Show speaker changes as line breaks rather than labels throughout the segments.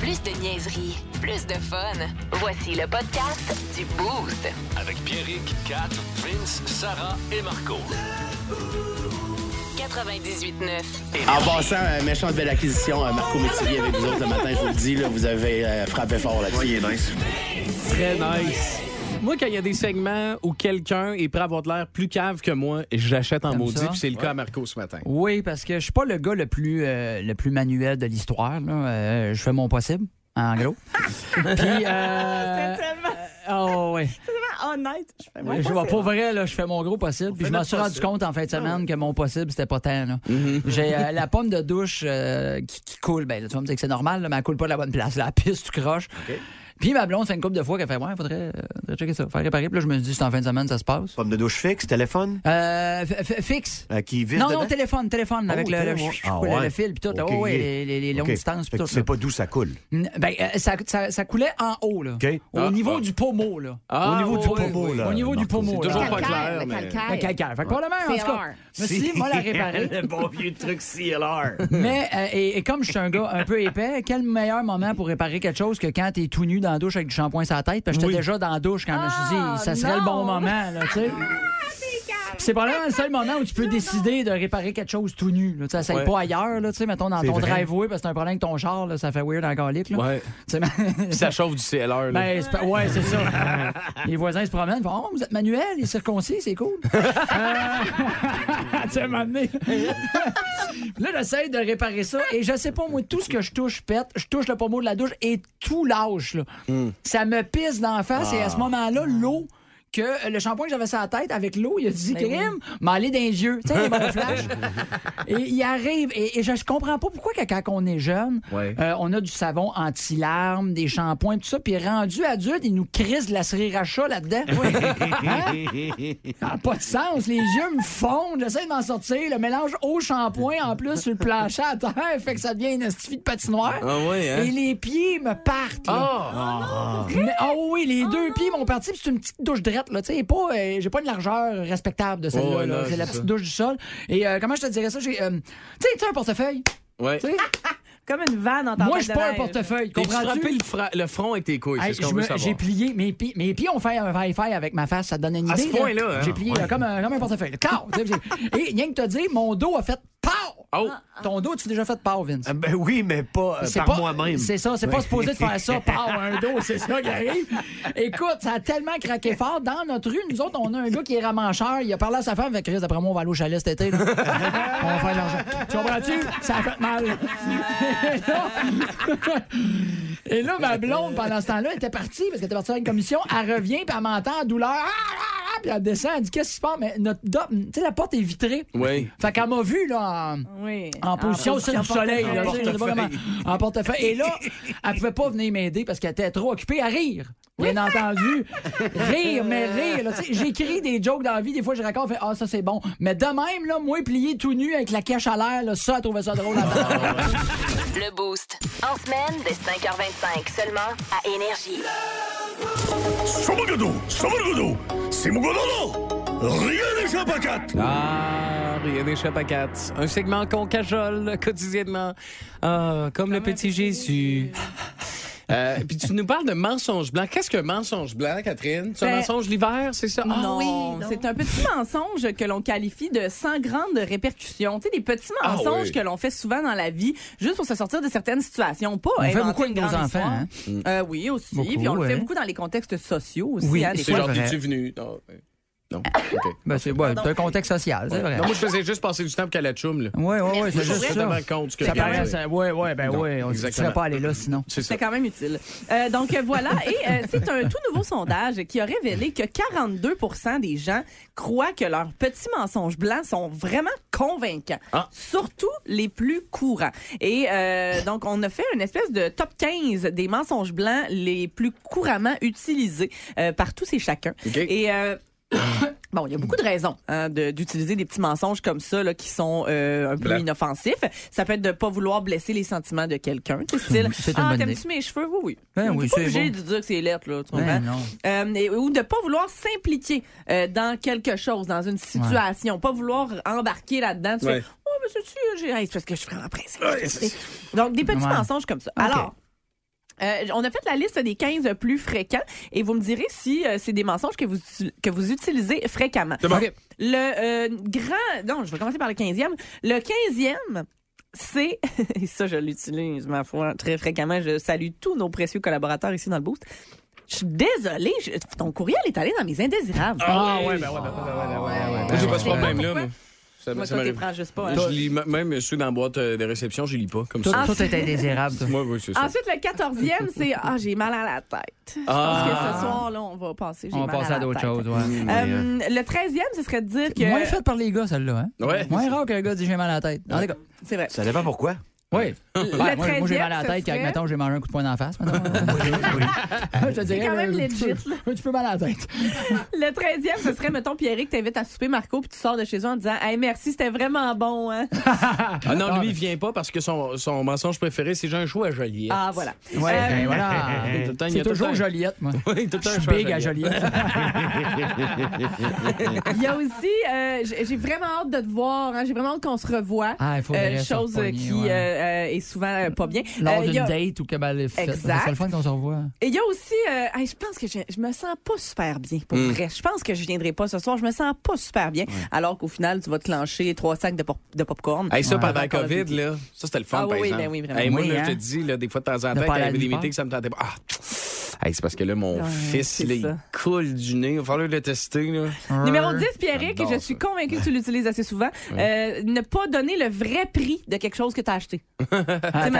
Plus de niaiserie, plus de fun. Voici le podcast du Boost.
Avec Pierrick, Kat, Vince, Sarah et Marco.
98.9.
En passant, euh, méchante belle acquisition, euh, Marco Métivier avec vous autres le matin, je vous le dis, là, vous avez euh, frappé fort là-dessus.
Très nice. Moi, quand il y a des segments où quelqu'un est prêt à avoir de l'air plus cave que moi, j'achète en
Comme
maudit,
ça.
puis c'est le cas à Marco ce matin.
Oui, parce que je suis pas le gars le plus, euh, le plus manuel de l'histoire. là. Euh, je fais mon possible, en gros. Puis, euh, oh, ouais.
honnête. Je fais mon
je vois
possible.
pour vrai, là, je fais mon gros possible. Puis je m'en suis rendu compte en fin de semaine que mon possible, c'était pas tant. là. J'ai euh, la pomme de douche euh, qui, qui coule. Ben, là, tu vas me dire que c'est normal, là, mais elle coule pas de la bonne place. La piste, tu croches. Puis ma blonde, c'est une couple de fois qu'elle fait Ouais, faudrait, euh, faudrait checker ça, faire réparer. Puis là, je me suis dit, c'est en fin de semaine, ça se passe.
Pomme de douche fixe, téléphone,
Euh, f- f- fixe.
euh, qui vise
Non,
dedans?
non, téléphone, téléphone,
Oh,
avec le, le,
téléphone. Ah
le-
ouais.
le fil, puis tout. là.
Ok,
Oh, ouais,
ok.
les, les- les longues
Ok.
distances,
Fait
puis
que
tout
tu sais
ça.
pas d'où ça coule.
N- Ben, euh, ça, ça- ça coulait en haut, là.
OK. Ah,
Au niveau du pommeau, là.
Ah,
au niveau du
ouais,
pommeau,
ouais.
là. Au niveau du
Marco,
pommeau,
c'est
là.
toujours pas
Calcaire,
clair,
le
mais-
calcaire.
Le Ben, calcaire. Fait que probablement, en
C'est
tout cas,
rare.
je me suis dit, moi, la réparer.
Le bon vieux truc CLR.
Mais, euh, et, et comme je suis un gars un peu épais, quel meilleur moment pour réparer quelque chose que quand t'es tout nu dans la douche avec du shampoing sur la tête? Parce que j'étais déjà dans la douche quand je me suis
Ah,
dit, ça serait le bon
non! Ah,
moment, là, tu sais. Puis C'est probablement le seul moment où tu peux décider de réparer quelque chose tout nu. Là, Tu sais, ça aille pas ailleurs, là, tu sais, mettons dans
C'est
ton
vrai.
driveway parce que t'as un problème avec ton char, là, ça fait weird en garlic. Là.
Ouais.
Tu sais, mais-
Puis ça chauffe du CLR. là.
Ben, c'est pas- ouais, c'est ça. les voisins se promènent, ils font Oh, vous êtes manuel, les circoncis, c'est cool. Euh, tu sais, à un moment donné. Là, j'essaie de réparer ça et je sais pas, moi, tout ce que je touche pète, je touche le pommeau de la douche et tout lâche. Là. Ça me pisse dans la face et à ce moment-là, l'eau. Que euh, le shampoing que j'avais sur la tête avec l'eau, il a dit Grim, m'en aller dans les yeux. Tu sais, les bons flashs. Et il arrive. Et, et je, je comprends pas pourquoi, que quand on est jeune,
Ouais.
euh, on a du savon anti-larmes, des shampoings, tout ça. Puis rendu adulte, ils nous crissent de la sriracha là-dedans. Hein? Ça n'a pas de sens. Les yeux me fondent. J'essaie de m'en sortir. Le mélange au shampoing, en plus, sur le plancher à terre, fait que ça devient une estifie de patinoire.
Ah ouais, hein?
Et les pieds me partent. là.
Ah!
Mais- Ah oui, les deux pieds m'ont parti. puis C'est une petite douche drette, là. Tu sais, pas, euh, j'ai pas une largeur respectable de celle-là.
Oh, ouais,
là.
non,
c'est la
c'est
petite
ça.
douche du sol. Et euh, comment je te dirais ça? J'ai, euh, tu sais, tu sais, un portefeuille.
Ouais.
tu sais.
Comme une vanne dans ta
Moi,
boîte
je suis
de
pas un
neige.
portefeuille.
T'es-tu
Comprends-tu?
frappé le, fra- le front avec tes couilles? c'est
Hey,
ce qu'on
je
veut
me-
savoir.
J'ai plié mes pieds. Mes pieds ont fait un va-et-faire avec ma face. Ça te donne une idée.
À ce point-là, hein?
J'ai plié là, comme, un, comme un portefeuille. Claw, tu sais, j'ai- Et rien que te dire, mon dos a fait pow!
Oh!
Ton dos, tu l'as déjà fait pow, Vince.
Ah, Ben oui, mais pas euh,
C'est
par
pas-
moi-même.
C'est ça, c'est pas supposé de faire ça par un dos, c'est ça qui arrive. Écoute, ça a tellement craqué fort. Dans notre rue, nous autres, on a un gars qui est ramancheur. Il a parlé à sa femme, fait Chris, d'après moi, on va aller au chalet cet été. là. on va faire de l'argent. Tu comprends-tu? Ça a fait mal. Et là, ma blonde, pendant ce temps-là, elle était partie parce qu'elle était partie à une commission. Elle revient, puis elle m'entend en douleur. Ah, ah, ah, puis elle descend, elle dit Qu'est-ce qui se passe? Mais notre do- tu sais, la porte est vitrée.
Oui.
Fait qu'elle m'a vu, là, en-
Oui. Ah,
en position au du soleil. là, tu sais, je sais pas
portefeuille.
comment. En portefeuille. Et là, elle pouvait pas venir m'aider parce qu'elle était trop occupée à rire. Bien entendu. Rire, mais rire. là, tu sais, J'écris des jokes dans la vie. Des fois, je raconte, je fais, ah, ça, c'est bon. Mais de même, là, moi, plié tout nu avec la cache à l'air, là, ça, elle trouvait ça drôle. à
Le Boost. En semaine dès 5h25 seulement à Énergie.
Ah, rien n'échappe à quatre. Un segment qu'on cajole quotidiennement. Ah, comme le petit Jésus. Euh, puis tu nous parles de mensonge blanc. Qu'est-ce qu'un mensonge blanc, Catherine? C'est un
Ben,
mensonge l'hiver, c'est ça? Ah
Non,
oui!
c'est un petit mensonge que l'on qualifie de sans grande répercussion. Tu sais, des petits
Ah
mensonges
oui.
que l'on fait souvent dans la vie, juste pour se sortir de certaines situations. Pas
On fait
inventer
beaucoup
une
avec nos
grande
enfants,
histoire.
hein.
Euh, oui, aussi.
Beaucoup,
Puis on le fait
ouais.
beaucoup dans les contextes sociaux aussi.
Oui,
hein, des
C'est
fois.
genre,
vrai.
t'es-tu venu? Non. Non. OK.
ben, c'est ouais, c'est un contexte social, c'est vrai.
Non, moi, je faisais juste passer du temps pour qu'elle la tchoum, là.
Ouais, ouais, ouais,
C'est
c'est
juste
juste ça.
justement compte ce que
Ça
tu
paraît,
fais.
ça- ouais, ouais, ben
Non,
ouais, on ne serait
exactement.
pas allé là sinon.
C'est ça.
C'est quand même utile. Euh, donc euh, voilà, et euh, c'est un tout nouveau sondage qui a révélé que 42 des gens croient que leurs petits mensonges blancs sont vraiment convaincants,
Ah.
surtout les plus courants. Et euh, donc on a fait une espèce de top 15 des mensonges blancs les plus couramment utilisés euh, par tous et chacun.
OK.
Et euh, Bon, il y a beaucoup de raisons hein, de- d'utiliser des petits mensonges comme ça là, qui sont euh, un peu
Blanc.
inoffensifs. Ça peut être de pas vouloir blesser les sentiments de quelqu'un. tu sais, style,
C'est une
ah,
bonne
t'aimes-tu mes cheveux? Oui, oui.
Ben oui,
T'es pas
c'est
obligé
beau.
de dire que c'est lettre, là, tu
Ben
comprends?
non.
Euh, et- ou de pas vouloir s'impliquer euh, dans quelque chose, dans une situation, pas vouloir embarquer là-dedans. Tu
Ouais.
fais, oh, mais c'est-tu, j'ai- hey, c'est parce que je suis vraiment pressée. je suis pressée. Donc, des petits
Ouais.
mensonges comme ça. Alors, Euh, on a fait la liste des 15 plus fréquents et vous me direz si euh, c'est des mensonges que vous, que vous utilisez fréquemment.
C'est bon.
Le euh, grand... Non, je vais commencer par le 15e. Le 15e, c'est... et ça, je l'utilise, ma foi, très fréquemment. Je salue tous nos précieux collaborateurs ici dans le Boost. Je suis désolée, je- ton courriel est allé dans mes indésirables.
Ah, ouais,
ben ouais, ben ouais,
Moi, j'ai pas ce problème-là,
Pourquoi?
mais ça-
Moi,
ça
toi, t'y
m'arrive.
prends juste pas. hein.
Je lis m- même je suis dans la boîte euh, des réceptions, je lis pas comme
Tout,
ça.
tout est indésirable. toi.
Moi, oui, c'est ça.
Ensuite, le 14e, c'est... Ah, j'ai mal à la tête. Je pense que ce soir, là, on va passer.
Ah.
j'ai
On va
mal
passer
la
à d'autres
tête.
choses, ouais.
Euh, le 13e, ce serait de dire que.
Moins fait par les gars, celle-là.
Ah.
Hein?
Ouais.
Moins rare qu'un gars dit j'ai mal à la tête. En tout cas,
C'est vrai.
Ça dépend pourquoi.
oui. Ouais, Ben, moi, moi, j'ai mal à la tête
13e, ce
quand,
serait-
mettons, j'ai mangé un coup de poing dans la face. mettons. Ah, Je te dirais,
quand même
euh,
legit,
tu- Un petit peu mal à la tête.
Le 13e, ce serait, mettons, Pierrick, t'invites à souper Marco, puis tu sors de chez eux en disant Hey, merci, c'était vraiment bon, hein.
Ah non, lui, il vient pas parce que son, son mensonge préféré, c'est j'ai un show à Joliette.
Ah, voilà.
Ouais,
Euh,
ben voilà.
Tout le temps, il y
C'est
a tout le
toujours
temps-
Joliette, moi.
Oui, tout le temps,
Je suis
un
big à Joliette.
Il y a aussi, euh, j'ai j'ai vraiment hâte de te voir, hein, j'ai vraiment hâte qu'on se revoie.
Ah, il faudrait se
chose euh,
repogner,
qui
ouais.
euh, euh, est souvent euh, pas bien.
Lors
Euh, il
d'une
y a-
date ou que ben, les fêtes.
Exact.
C'est le fun qu'on se revoit.
Et il y a aussi, euh, hey, je pense que je, je me sens pas super bien, pour
Hmm.
vrai. Je pense que je viendrai pas ce soir, je me sens pas super bien. Alors qu'au final, tu vas te clencher trois sacs de, pop- de popcorn.
Hey, ça,
Ouais.
pendant la COVID, là, ça, c'était le fun,
Ah oui,
par
oui,
exemple.
ben oui, vraiment.
Hey, moi,
Oui,
là,
hein.
je te dis, là, des fois, de temps en temps,
De pas aller
il y avait
à
des
nulle
meetings
part.
que ça me tentait pas. Ah! Hey, c'est parce que là, mon
Ouais,
fils,
c'est
là,
ça.
il coule du nez. Il va falloir le tester, là.
Numéro 10, Pierrick, et
J'adore
je suis
ça.
convaincue que tu l'utilises assez souvent. Euh, ne pas donner le vrai prix de quelque chose que tu as acheté.
Ah,
Tu sais, mettons, hey,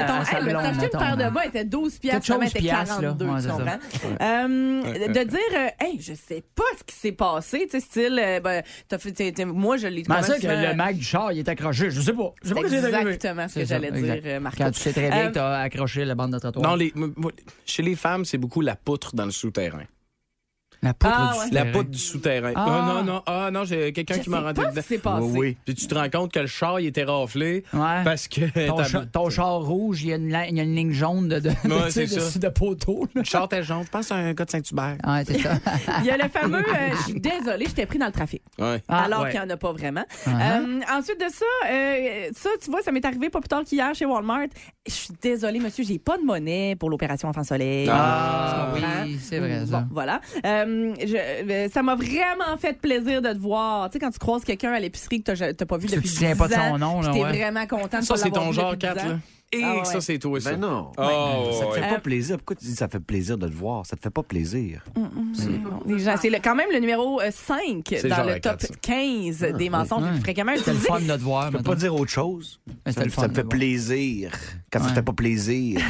mais t'as acheté une paire de bas, elle était 12 piastres,
Quelque
finalement, elle
chose
était
piastres, là.
42,
Ouais,
tu
c'est ça.
comprends? Euh, de dire, euh, hey, je sais pas ce qui s'est passé, tu sais, style, euh, ben, t'as fait, t'es- t'es- moi, je l'ai
Mais
quand
ça
même
que
souvent-
le mag du char, il est accroché. Je sais pas. Je sais pas
C'est
que c'est arrivé.
exactement ce euh,
C'est
que
ça,
j'allais
exact.
dire, euh, Marco.
Quand tu sais très bien
Euh,
que t'as accroché la bande de trottoir.
Non, les, m- moi, chez les femmes, c'est beaucoup la poutre dans le souterrain.
la poutre
Ah,
du
ouais.
La
souterrain.
poutre du souterrain.
Ah.
Ah non, non, ah non, j'ai quelqu'un
Je
qui m'a
sais
rentré
pas ce
dedans.
qui s'est passé.
Puis tu te rends compte que le char, il était raflé
Ouais.
parce que
Ton,
ta-
cha- ton char rouge, il y, a une la- il y a une ligne jaune de, de,
Ouais,
tu sais,
c'est
de-
ça.
de poteau.
le char était jaune. Je pense à un gars de Saint-Hubert.
Ouais, c'est ça.
Il y a le fameux, euh, je suis désolée, j'étais pris dans le trafic.
Ouais.
Ah,
alors
ouais.
qu'il n'y en a pas vraiment.
Ah.
Euh, ensuite de ça, euh, ça, tu vois, ça m'est arrivé pas plus tard qu'hier chez Walmart. Je suis désolée, monsieur, j'ai pas de monnaie pour l'opération Enfant Soleil.
Ah,
Tu comprends?
oui, c'est vrai,
euh, hein? Bon,
ça.
voilà. Euh, je- euh, ça m'a vraiment fait plaisir de te voir. Tu sais, quand tu croises quelqu'un à l'épicerie que t'as t'as pas vu
Tu te
depuis 10
souviens pas de son
ans,
nom, là,
puis t'es
ouais.
vraiment content de
Ça,
pas
c'est
l'avoir
ton
vu
genre
depuis 10
4,
ans.
là. Et
Ah ouais.
ça, c'est toi, ça.
Ben non.
Oh,
ça te fait
ouais.
pas
Euh,
plaisir. Pourquoi tu dis ça fait plaisir de te voir? Ça te fait pas plaisir.
Mm-hmm.
Bon, les gens, C'est le- quand même le numéro 5
C'est
dans
genre
le
la
top
quatre, ça. Ah,
15 des mensonges
Ouais.
fréquemment
C'était le
utilisés.
fun de te voir.
Je peux
mettons.
pas dire autre chose.
Mais
Ça,
C'était le
ça
fun.
me
de
fait
te voir.
plaisir. Quand ça
Ouais.
te fait pas plaisir.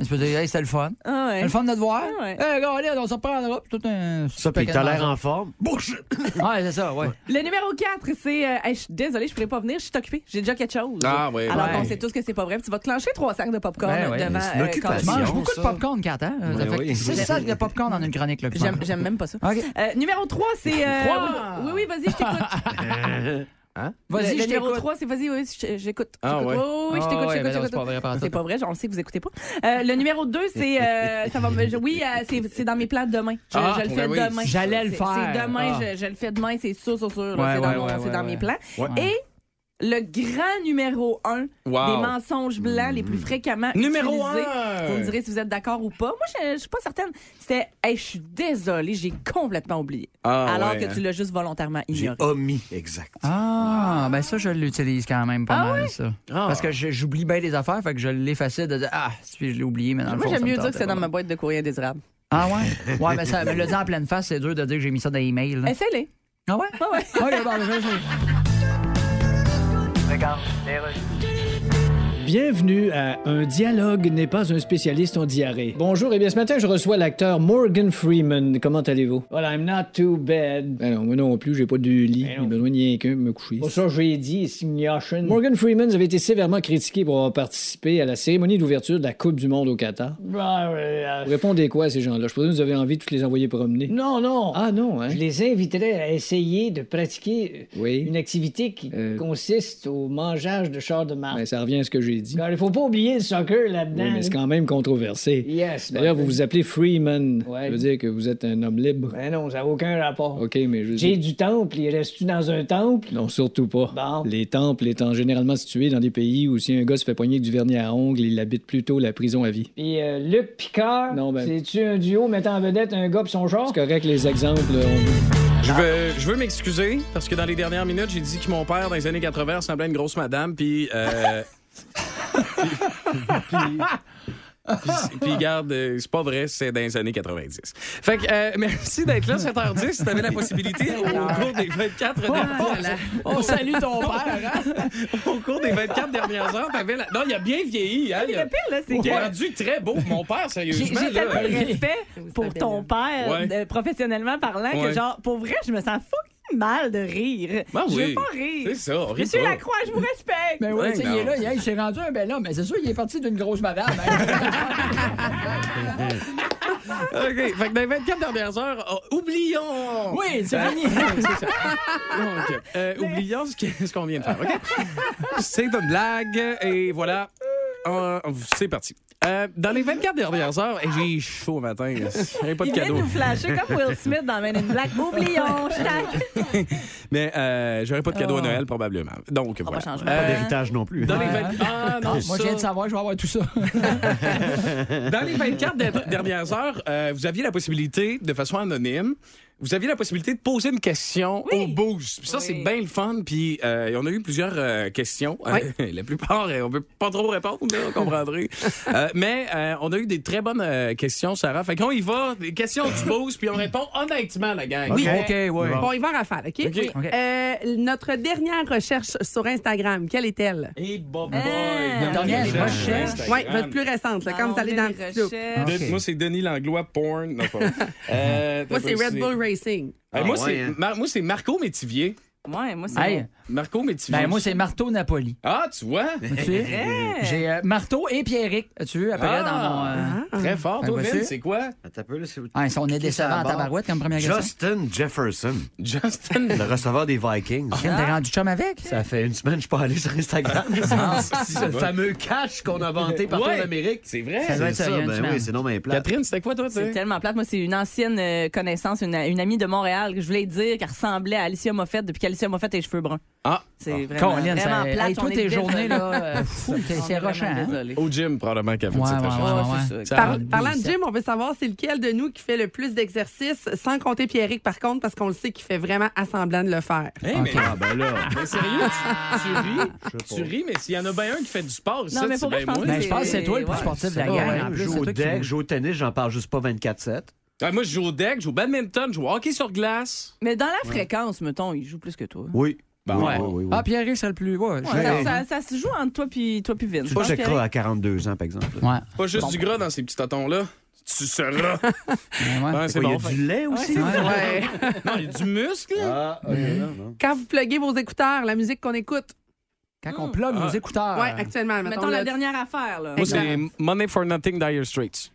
Tu peux dire, hey, c'était le fun.
Ah ouais.
C'est le fun de te voir.
Ah ouais.
Hey, gars, allez, on s'en reprendra. Puis Tout un.
ça, puis t'as l'air en forme. Bullshit!
Ouais, c'est ça, ouais.
Le numéro 4, c'est euh, Hey, je suis désolée, je pourrais pas venir, je suis occupée, j'ai déjà quelque chose.
Ah, oui,
Alors
oui.
qu'on sait tous que c'est pas vrai, puis tu vas te clencher trois sacs de popcorn
Ben oui,
devant
mais c'est une
euh,
occupation.
quand
Tu
tu manges.
manges
Passion,
beaucoup de
ça.
popcorn, Kat, hein?
Oui,
Ça fait
oui.
six sacs de popcorn en une chronique, là. que tu
J'aime,
manges.
j'aime même pas ça.
OK.
Euh, numéro 3, c'est euh,
Trois.
Oui oui, vas-y, je t'écoute.
Vas-y,
le
je
numéro
t'écoute.
3, c'est vas-y, oui, je- j'écoute.
Ah,
j'écoute. Oh
ouais.
Oui, oui, je
Ah,
t'écoute,
ouais,
j'écoute,
ben non,
j'écoute.
c'est pas vrai, par
C'est
exemple.
pas vrai, on le sait que vous écoutez pas. Euh, le numéro 2, c'est euh, ça va me- je- oui, euh, c'est, c'est dans mes plans demain. Je,
Ah,
je
ben
le fais
oui.
demain.
J'allais le
C'est-
faire.
C'est demain,
Ah.
je, je le fais demain, c'est sûr sûr sûr, là,
Ouais,
c'est dans,
ouais,
mon-
ouais,
c'est
ouais,
dans
ouais.
mes plans.
Ouais.
Et le grand numéro 1
Wow.
des mensonges blancs les plus
Mm-hmm.
fréquemment
Numéro
utilisés.
un.
Vous me direz si vous êtes d'accord ou pas. Moi, je, je suis pas certaine. C'était, hey, je suis désolée, j'ai complètement oublié.
Ah,
Alors
ouais,
que
hein.
tu l'as juste volontairement
J'ai
ignoré.
omis, exact.
Ah, ben ça, je l'utilise quand même pas
Ah
mal, ça. Parce que je- j'oublie bien des affaires, fait que je l'effaçais de dire, ah, si je l'ai oublié, mais dans le
Moi,
fond, ça
j'aime
me
mieux dire
tentait
que c'est
pas.
dans ma boîte de courrier indésirable.
Ah ouais? Ouais, mais ça, me le dire en pleine face, c'est dur de dire que j'ai mis ça dans l'email. là.
Essaye-les.
Ah ouais?
Ah ouais.
Ok, bon, je- je-
Bienvenue à Un dialogue n'est pas un spécialiste en diarrhée. Bonjour, et bien ce matin, je reçois l'acteur Morgan Freeman. Comment allez-vous? Well, I'm not too bad. Ben non, moi non plus, j'ai pas de lit. J'ai besoin de rien qu'un pour me coucher. Pour ça, j'ai dit, signation. Morgan Freeman avait été sévèrement critiqué pour avoir participé à la cérémonie d'ouverture de la Coupe du Monde au Qatar. Vous répondez quoi à ces gens-là? Je suppose que vous avez envie de tous les envoyer promener. Non, non. Ah non, hein? Je les inviterais à essayer de
Euh, ben,
pratiquer une activité qui consiste au mangeage de char de marde. ça revient à ce que j'ai
l'ai dit.
Ben, Il faut pas oublier le soccer là-dedans. hein?
Oui, mais c'est quand même controversé.
Yes, ben
D'ailleurs, vous vous appelez Freeman.
Ouais.
Ça veut dire que vous êtes un homme libre.
Ben non, ça n'a aucun rapport.
OK, mais je...
J'ai du temple, il reste-tu dans un temple?
Non, surtout pas.
Bon.
Les temples étant généralement situés dans des pays où si un gars se fait poigner avec du vernis à ongles, il habite plutôt la prison à vie.
Puis euh, Luc Picard,
Non, ben-
c'est-tu un duo mettant en vedette un gars pis son genre?
C'est correct, les exemples. euh, Je veux, je veux m'excuser parce que dans les dernières minutes, j'ai dit que mon père, dans les années 80, ressemblait à une grosse madame, puis. euh, puis- puis- puis- Puis, garde, euh, c'est pas vrai, c'est dans les années 90. Fait que, euh, merci d'être là, 7h10, si t'avais la possibilité, au cours des 24
Ah,
dernières
On salue ton père, hein?
Au cours des 24 dernières heures, t'avais la... Non, il a bien vieilli, hein? Il
Le
a...
pire, là, c'est
il a
que
rendu très beau, mon père,
j'ai
sérieusement.
j'ai
là.
tellement de respect pour ton père,
Ouais.
euh, professionnellement parlant,
Ouais.
que genre, pour vrai, je me sens fucking mal de rire.
Ben
Je
oui.
veux pas rire.
C'est ça, on rit
Monsieur
pas.
Lacroix, je vous respecte.
Ben oui,
Ouais,
tu sais, il
non.
est là, il, est- il s'est rendu un bel homme, mais c'est sûr, il est parti d'une grosse madame. hein.
OK, fait que dans les 24 dernières heures, oh, oublions...
oui, c'est fini.
Donc, euh, oublions ce que- ce qu'on vient de faire, OK? C'est une blague, et voilà. Euh, C'est parti. Euh, dans les 24 dernières heures, et j'ai chaud au matin, j'ai pas de
Il vient de
cadeau.
nous flasher comme Will Smith dans Men in Black. Oublions, je t'ac-
Mais euh, j'aurai pas de cadeau à Noël, probablement. Donc, voilà.
changement.
Euh,
Héritage non plus.
dans les 24... Ah, non,
Moi, je
ça-
viens de savoir, je vais avoir tout ça.
Dans les 24 de- dernières heures, euh, vous aviez la possibilité, de façon anonyme, vous aviez la possibilité de poser une question au boost. Puis ça,
Oui.
c'est bien le fun. Puis euh, on a eu plusieurs euh, questions. la plupart, euh, on peut pas trop répondre, là, vous comprendrez. Euh, mais euh, on a eu des très bonnes euh, questions, Sarah. Fait qu'on y va. Des questions du boost, puis on répond honnêtement, la gang.
Oui.
OK, Bon, il va en rafale, OK?
OK.
OK.
Euh, notre dernière recherche sur Instagram, quelle est-elle?
Et Bob
Euh,
Boy.
Daniel,
Daniel,
recherche.
Oui, votre plus récente, là, quand vous allez dans le petit look.
recherche.
De- Moi, c'est Denis Langlois Porn. Non, pas vrai. Euh,
Moi, c'est Red
c'est-
Bull Racing.
Euh,
Ah,
moi,
ouais,
c'est
hein.
Mar- moi, c'est Marco Métivier.
Ouais, moi, c'est.
Hey,
Marco Métivier.
ben, moi, c'est Marteau Napoli.
Ah, tu vois?
Tu sais, j'ai euh, Marteau et Pierrick, tu veux, apparaître
Ah.
dans mon. euh,
Très fort, toi,
Ben,
Vin,
voici.
c'est quoi?
Attends un peu, là, c'est-
Ah, ils sont nés
Qui
décevants
ça
en
aborde?
tabarouette comme première question.
Justin Jefferson,
Justin.
le receveur des Vikings.
Ken, T'es rendu chum avec?
Ça fait une semaine que je suis pas allé sur Instagram. C'est le fameux cash qu'on a vanté partout
Ouais.
en Amérique.
C'est vrai?
Ça doit
C'est
être
ça,
ça, il y a une
ben
semaine.
oui, c'est non mais plat.
Catherine, c'était quoi, toi, tu
C'est
sais?
tellement plate. Moi, c'est une ancienne euh, connaissance, une, une amie de Montréal que je voulais dire qu'elle ressemblait à Alicia Moffett depuis qu'Alicia Moffett a les cheveux bruns.
Ah,
C'est vraiment,
Colin,
vraiment
ça.
plate.
Hey,
On
toi,
est
tes
désolé.
journées, là, euh,
On est
c'est- c'est
vraiment
rochant. hein?
désolé.
au gym, probablement, qu'elle
Ouais,
fait
ouais,
cette recherche.
ouais, ouais.
C'est ça.
Ah, Ça-
Par-
Andy,
parlant de
ça.
gym, on veut savoir c'est lequel de nous qui fait le plus d'exercices, sans compter Pierrick, par contre, parce qu'on le sait qu'il fait vraiment assemblant de le faire.
Hey, mais,
Ah ben là,
mais sérieux, tu, tu ris? Tu ris, mais s'il y en a bien un qui fait du sport, ça,
mais
c'est
pour vrai,
bien
je pense
moi.
Ben, je pense que c'est toi le plus
Ouais,
sportif de la
Ah ouais,
gang. hein, en
je
plus,
joue
c'est
au
toi qui-
deck, je joue au tennis, j'en parle juste pas 24-7.
Ah, moi, je joue au deck, je joue au badminton, je joue au hockey sur glace.
Mais dans la fréquence, mettons, il joue plus que toi.
Oui.
Ben
oui,
ouais.
oui, oui, oui.
Ah, Pierrick, c'est le plus. Ouais, je-
Ouais, ça, ça- ça se joue entre toi puis toi puis Vin.
tu checkeras à 42 ans, par exemple.
Ouais.
Pas juste du gras dans ces petits tatons-là. Tu seras.
mais ouais.
Ouais, c'est
Il y a
bon.
du lait aussi.
Ouais.
fait- Non, il y a du muscle.
Ah, ok.
Quand vous pluguez vos écouteurs, la musique qu'on écoute,
Quand on plug
Ah.
nos écouteurs, euh,
ouais, actuellement, mettons,
Mettons la
là,
dernière affaire, là.
Moi, c'est Money for Nothing Dire Straits.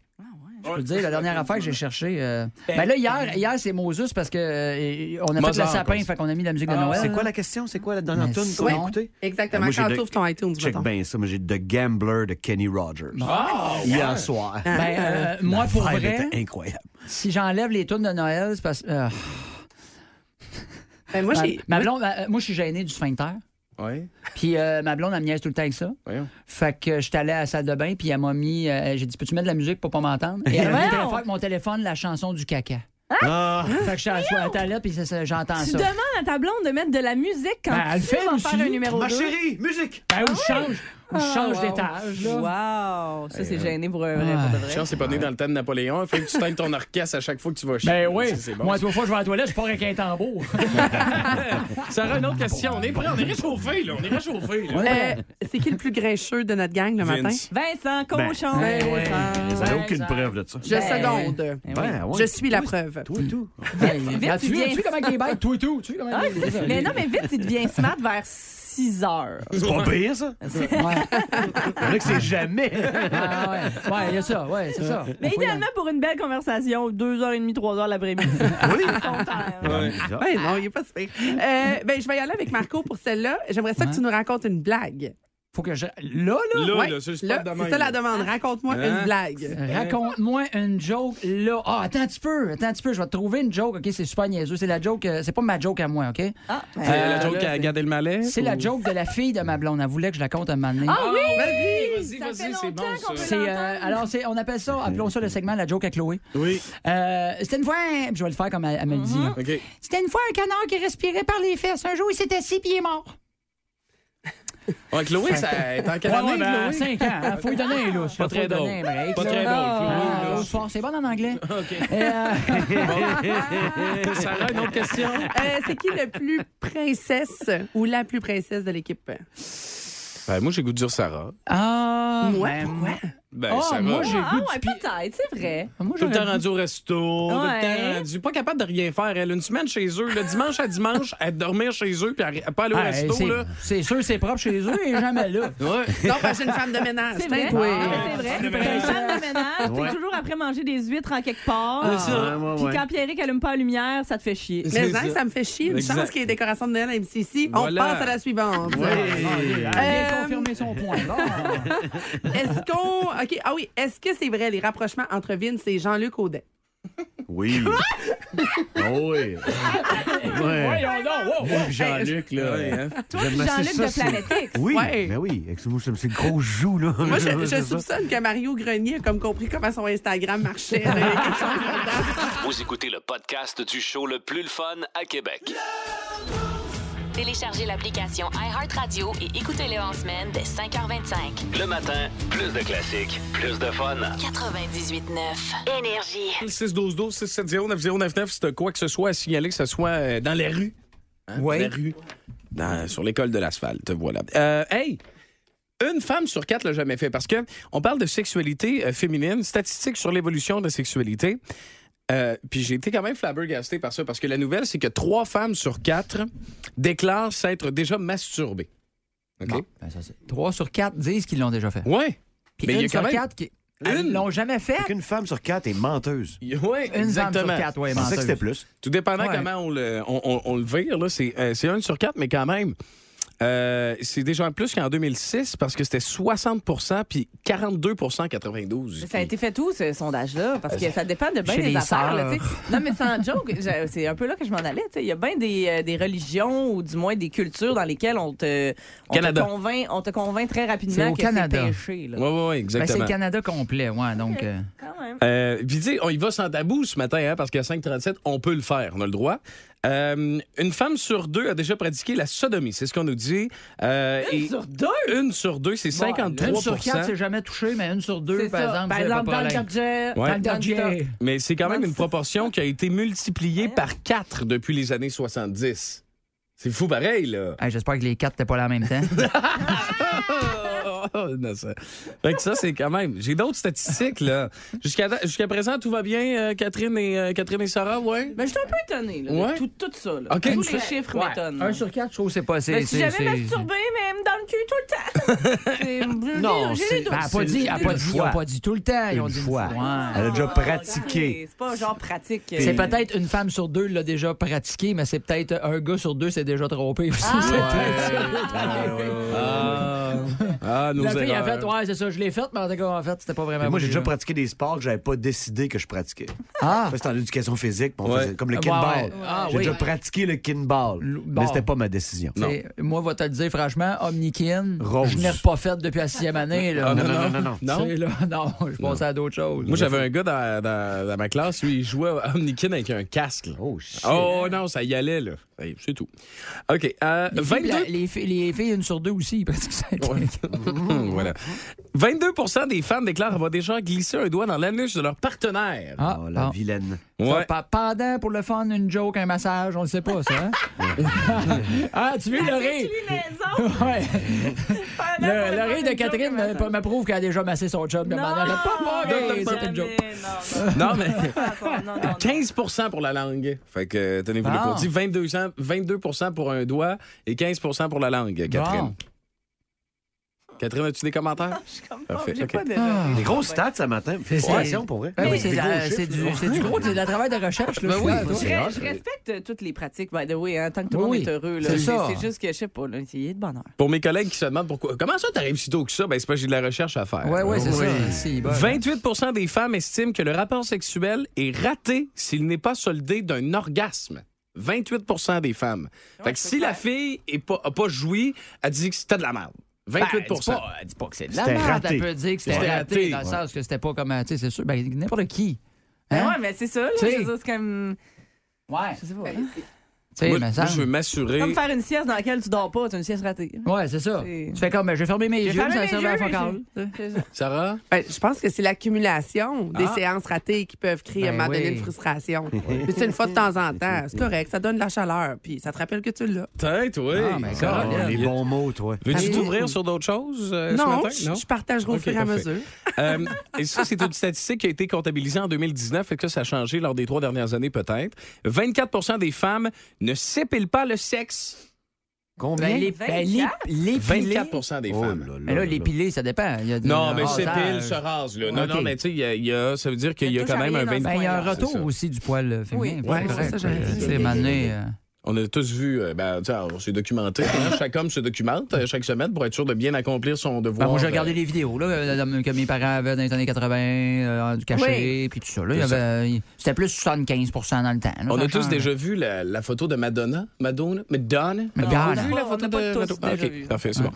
je peux te dire, la dernière affaire que j'ai cherchée. euh, Ben là, hier, hier c'est Moses parce que euh, on a fait le
Mozart,
sapin,
quoi.
fait qu'on a mis de la musique de
Ah,
Noël.
C'est quoi la question? C'est quoi la dernière
Mais
tune qu'on a
sinon-
écoutée? Ah,
Exactement,
Moi, j'ai
quand
de-
tu ouvres ton iTunes,
Check
mettons.
bien ça. Moi, j'ai The Gambler de Kenny Rogers.
Ah!
Hier soir.
Ben, euh, moi, pour
Vibe
vrai,
était incroyable.
si j'enlève les tunes de Noël, c'est parce que. euh,
Ben, moi,
ma,
j'ai...
ma blonde, euh, moi, je suis gêné du sphincter.
Ouais.
Puis euh, ma blonde, elle me niaise tout le temps avec ça.
Voyons.
Fait que je suis allé à la salle de bain, puis elle m'a mis. euh, j'ai dit, peux-tu mettre de la musique pour pas m'entendre? Et elle m'a mis très
Voyons!
fort avec mon téléphone la chanson du caca.
Ah,
Fait que je suis assis à la toilette, puis ça, ça, j'entends
Tu
ça.
demandes à ta blonde de mettre de la musique quand
Ben, elle
tu
fait
vas
aussi.
faire un numéro
ma
2.
chérie, musique!
Ben, ou je change, ou
Ah,
je change d'étage, là. Euh,
Wow! Ça, c'est gêné pour un vrai,
Ouais.
pour de vrai.
Chance, c'est pas né dans le temps de Napoléon. Fait que tu teignes ton orchestre à chaque fois que tu vas chier.
Ben oui,
C'est- c'est bon.
moi, trois fois, je vais à la toilette, je pars avec un tambour.
Sarah, une autre question. On est prêt, on est réchauffé, là. On est réchauffé, là.
Euh, c'est qui le plus grincheux de notre gang le matin?
Vince.
Vincent Cochon!
Ben, ouais.
Vous n'avez aucune preuve de ça.
Je
Ben,
seconde.
Ben, ouais.
Je suis la preuve.
Toi et tout.
Regarde, tu
tu viens.
tu vois comment il est bête, tout et tout. Tu vois comment il est bête.
Mais non, mais vite, il devient smart vers 6 heures.
Ah, C'est pas pire, ça?
Ouais,
Il y en a que c'est jamais.
ah, ouais, ouais, il y a ça, ouais, c'est ça.
Mais
Faut y aller.
idéalement, pour une belle conversation, 2h30, 3h l'après-midi.
Oui.
Son temps.
Ah,
Ouais,
ben
non, il est pas super. Euh, ben, je vais y aller avec Marco pour celle-là. J'aimerais ça que tu nous racontes une blague.
Faut que je. Là, là.
Là,
Ouais.
là, c'est
Là,
pas de
c'est ça la demande. Raconte-moi
Hein?
une blague.
Euh, Raconte-moi une joke là. Ah, attends un petit peu, attends un petit peu, je vais te trouver une joke, OK? C'est super niaiseux. C'est la joke, euh, c'est pas ma joke à moi, OK?
Ah, ben,
C'est la
là,
joke
là,
qui a
c'est-
gardé le malais?
C'est la joke de la fille de ma blonde. Elle voulait que je la compte un moment donné.
Ah oui!
Vas-y, vas-y,
Ça fait
vas-y, c'est
longtemps
bon
qu'on
ça.
veut
C'est, euh, alors, c'est, on appelle ça, appelons ça le segment La joke à Chloé.
Oui.
Euh, c'était une fois, un- je vais le faire comme elle, elle me le dit.
Mm-hmm.
là.
OK.
C'était une fois un canard qui respirait par les fesses. Un jour, il s'est assis puis il est mort.
Ouais, Chloé, ça est en quelle année, Chloé?
5 ans. hein. Faut lui donner un lousse.
Ah, Pas
là. Faut
très
lui donner
drôle.
un break,
Pas
là.
très
Ah,
bon,
l'autre fois, c'est bon en anglais.
OK.
Et, euh,
Chloé. Sarah, une autre question?
Euh, c'est qui le plus princesse ou la plus princesse de l'équipe?
Ah,
Ben, moi, j'ai goût de dire Sarah.
ah,
Moi,
ben,
pourquoi?
Ben,
Ah,
Sarah.
moi, j'ai
Ah,
goût de
ouais,
pi-
peut-être, c'est vrai.
Ah,
moi,
Tout le temps
j'aurais-
rendu au resto, tout le temps
Ouais.
rendu. Pas capable de rien faire. Elle, une semaine chez eux, le dimanche à dimanche, à dormir chez eux, puis à à pas aller au
Ah,
resto,
c'est,
là.
c'est sûr, c'est propre chez eux et jamais là.
Ouais.
Non, parce que c'est une femme de ménage.
C'est vrai.
Tain, toi.
Ah, ben, c'est vrai. Femme de ménage, t'es toujours après manger des huîtres en quelque part.
C'est ça.
Ouais, ouais,
Puis
ouais.
quand Pierrick allume pas la lumière, ça te fait chier.
Mais
C'est
hein,
ça.
ça me fait chier. Une
Exact.
chance qu'il y ait des décorations de Noël à MCC.
Voilà.
On passe à la suivante.
Ouais.
Elle vient
Euh,
confirmer son point. Bon.
Est-ce
Oh,
qu'on. OK. Ah oui. Est-ce que c'est vrai les rapprochements entre Vince et Jean-Luc Audet?
Oui. Ah oui. Ouais.
Voyons donc, wow, wow.
Moi, puis Jean-Luc, là.
Ouais, hein.
Toi,
Jean-Luc de Planète X.
Oui,
Ouais.
ben oui. Avec ce mot, c'est une grosse joue, là.
Moi, je, Ah, je
C'est ça.
soupçonne que Mario Grenier a comme compris comment son Instagram marchait. là. Il y a quelque chose là-dedans.
Vous écoutez le podcast du show le plus le fun à Québec.
Téléchargez l'application iHeartRadio et écoutez-le en semaine dès 5h25.
Le matin, plus de classiques, plus de fun.
98.9. Énergie.
612 670 9099 si t'as quoi que ce soit à signaler, que ce soit euh, dans les rues. Hein,
Ouais.
Dans les rues. Dans- sur l'école de l'asphalte, voilà. Euh, hey! Une femme sur quatre l'a jamais fait parce que on parle de sexualité euh, féminine, statistiques sur l'évolution de la sexualité. Euh, puis j'ai été quand même flabbergasté par ça parce que la nouvelle, c'est que trois femmes sur quatre déclarent s'être déjà masturbées. OK?
Bon, ben, ça, c'est- Trois sur quatre disent qu'ils l'ont déjà fait.
Ouais.
Puis
Mais il y
une
a
sur
quand même-
quatre qui Elles l'ont jamais fait.
Fait qu'une femme sur quatre est menteuse.
Ouais,
Une femme sur
exactement.
quatre, ouais,
Je pensais que
menteuse. Ben,
c'était plus.
Tout dépendant
Ouais.
comment on le, on, on- on le vire, là, c'est, euh, c'est 1 sur 4, mais quand même, euh, c'est déjà plus qu'en 2006 parce que c'était 60 puis 42 en 92.
Ça a été fait où, ce sondage-là? Parce que ça dépend de bien
Euh, Chez
des
les
affaires. là,
sœurs.
tu sais. non, mais sans joke, je- c'est un peu là que je m'en allais. tu sais. Il y a bien des, euh, des religions ou du moins des cultures dans lesquelles on te, on te,
Canada.
convainc, on te convainc très
C'est
rapidement
au
que
Canada.
c'est péché. Là.
Oui, oui, oui,
Ben, c'est
exactement.
le Canada complet, ouais. Donc, euh,
Quand même.
Euh, puis tu sais, on y va sans tabou ce matin, hein, parce qu'à 5h37, on peut le faire, on a le droit. Euh, une femme sur deux a déjà pratiqué la sodomie, c'est ce qu'on nous dit. Euh, et- une sur deux? c'est 53
une sur quatre, c'est jamais touché, mais une sur deux,
C'est
par
ça.
exemple,
par
c'est Ben, pas
exemple, dans le
problème.
Dodger,
Ouais.
dans le Dodger.
Mais c'est quand même
Non,
une
c'est-
proportion qui a été multipliée par 4 depuis les années 70. C'est fou pareil, là.
Hey, J'espère que les quatre n'étaient pas là en même temps. Ah!
Oh, Non, ça... Fait que ça, c'est quand même. J'ai d'autres statistiques, là. Jusqu'à jusqu'à présent, tout va bien, euh, Catherine, et, euh, Catherine et Sarah, ouais?
Ben,
Mais Ben, je suis un peu étonnée là, de
Ouais.
tout, tout ça. Là.
Ok.
Tous
Une
les
sur-
chiffres
ouais.
m'étonnent.
un sur quatre, je trouve que c'est pas c'est-
Mais si
c'est-
j'avais
c'est-
masturbé, mais dans le cul tout le temps.
Non,
j'ai
c'est-
les deux.
Ben, elle a pas dit, elle a pas
Une
dit, ils
fois.
ont pas dit tout le temps, ils ont
Une
dit une
fois.
fois.
Elle a déjà pratiqué.
pratiqué. C'est pas genre pratique. euh,
C'est peut-être une femme sur deux l'a déjà pratiqué, mais c'est peut-être un gars sur deux s'est déjà trompé aussi.
Ah!
C'est peut-être ça.
Ah, ah, nos
La fille a
erreurs.
fait, ouais, c'est ça, je l'ai faite, mais en tout cas, en fait, c'était pas vraiment.
Mais moi, j'ai déjà
voulu, là.
pratiqué des sports que j'avais pas décidé que je pratiquais.
Ah!
Ça, C'était en éducation physique, puis on
Ouais.
faisait comme le
Ah,
kinball.
ouais. Ah,
J'ai
oui.
déjà pratiqué le kinball,
bon.
mais c'était pas ma décision.
T'sais, Moi, va te le dire franchement, Omnikin,
Rose.
je n'ai pas fait depuis la sixième année. Là.
Ah, non, non,
non, non.
Non?
T'sais, là, non, je pensais à d'autres choses.
Moi, j'avais un gars dans, dans- dans ma classe, lui, il jouait à Omnikin avec un casque. là.
Oh, shit.
Oh non, ça y allait, là. Ça y est, C'est tout. OK. euh,
Les filles,
22...
la- les, filles, les filles, une sur deux aussi, parce que ça a été-
voilà. 22 des fans déclarent avoir déjà glissé un doigt dans l'anus de leur partenaire.
Ah,
Oh, la
bon.
vilaine.
Ça, pa- Pendant, pour le fun, une joke, un massage, on le sait pas, ça. hein? ah, tu veux le rire?
Inclinaison.
Ouais. Le,
Pendant qu'on
le
a
rire
fait
de
une
Catherine
joke, on a
me-
fait-
me prouve qu'elle a déjà massé son chum. de
Non, Ah,
manière- Pas
jamais,
pareil, c'était une joke.
non, non.
Non, mais
Non, non, non.
15 pour la langue. Fait que euh, tenez-vous
Bon.
le compte. 22, ans- 22 pour un doigt et 15 pour la langue, Catherine.
Bon.
Catherine, as-tu des commentaires?
Je suis comme,
Parfait,
oh, j'ai
ok.
pas de.
Des grosses stats ce matin. Félicitations pour vrai.
Ben oui,
Mais-
c'est euh, c'est du, c'est du gros, c'est de la travail de recherche. Là,
Ben oui, moi,
finalement, toi.
Je,
c'est-
re- je respecte euh, toutes les pratiques, by the way, hein, tant que tout le
Oui,
monde
oui.
est heureux. là.
C'est
ça.
C'est juste que, je sais pas, là, il est de bonheur.
Pour mes collègues qui se demandent pourquoi. Comment ça, t'arrives si tôt que ça? Ben, c'est parce que j'ai de la recherche à faire.
Ouais, ouais, c'est ça. Si, bon.
28 des femmes estiment que le rapport sexuel est raté s'il n'est pas soldé d'un orgasme. 28 des femmes. fait que si la fille est pas, a pas joui, elle dit que c'était de la merde. 28
Ben, dis pas- dis pas que c'est de la
C'était
merde.
raté.
Elle peut dire que c'était
C'était
raté,
raté,
dans le
ouais.
sens que c'était pas comme. euh, Tu sais, c'est sûr. Ben, n'importe qui.
Ben
Hein?
ouais, mais c'est ça, là,
Tu
je
sais.
veux dire, c'est comme.
Ouais.
Je sais pas.
Tu sais,
moi,
mais
moi,
ça.
je veux m'assurer.
Comme faire une sieste dans laquelle tu dors pas, c'est une sieste ratée.
Ouais, c'est ça.
C'est-
Tu fais comme, ben, je vais fermer mes
J'ai
yeux,
fermé
ça
mes
servait à
yeux,
focal.
Sarah?
Ben, je pense que c'est l'accumulation Oh, des
Ah.
séances ratées qui peuvent créer à un
Ben
moment donné
oui.
une frustration. Mais c'est une fois de temps en temps. C'est correct, ça donne de la chaleur, puis ça te rappelle que tu
Euh,
l'as.
Tête, oui.
Ah, mais
Sarah,
God,
il-
les bons mots, toi.
Veux-tu
Ah,
t'ouvrir
oui.
sur d'autres choses euh, ce
non,
matin?
je- je partagerai au
Ok,
fur et à
parfait.
mesure.
Euh, et ça, c'est une statistique qui a été comptabilisée en 2019 et que ça a changé lors des trois dernières années peut-être. 24 des femmes ne s'épilent pas le sexe.
Combien?
Ben, les, ben, les, les pilés.
24 des
Oh
femmes.
là là
Mais là,
là
les
là.
pilés, ça dépend. Il y a des-
Non, mais
ah, ça,
s'épilent,
euh,
se rasent. Là. Non,
Ok.
non, mais tu sais, il y a- il y a- ça veut dire qu'il y a
touche
quand
à
même un
rien dans ce
20
Ben, il y a un
Ouais, c'est
retour
ça.
aussi du poil euh, féminin.
Oui, ouais, ça, j'avais dit.
C'est mané. euh,
On a tous vu, euh, ben, tu sais, on s'est documenté. hein. chaque homme se documente euh, chaque semaine pour être sûr de bien accomplir son
Ben,
devoir.
moi, j'ai
euh,
regardé les vidéos là, euh, que mes parents avaient dans les années 80, euh, du cachet, puis tout ça. là. Il y
C'est
avait- il- C'était plus 75 dans le temps. là.
On
Ça
a tous
change.
déjà vu la, la photo de Madonna. Madonna? Madonna?
Madonna.
On a vu la
On
photo
n'a pas
de
tous
Madonna.
déjà
Ok,
vu.
parfait, c'est bon.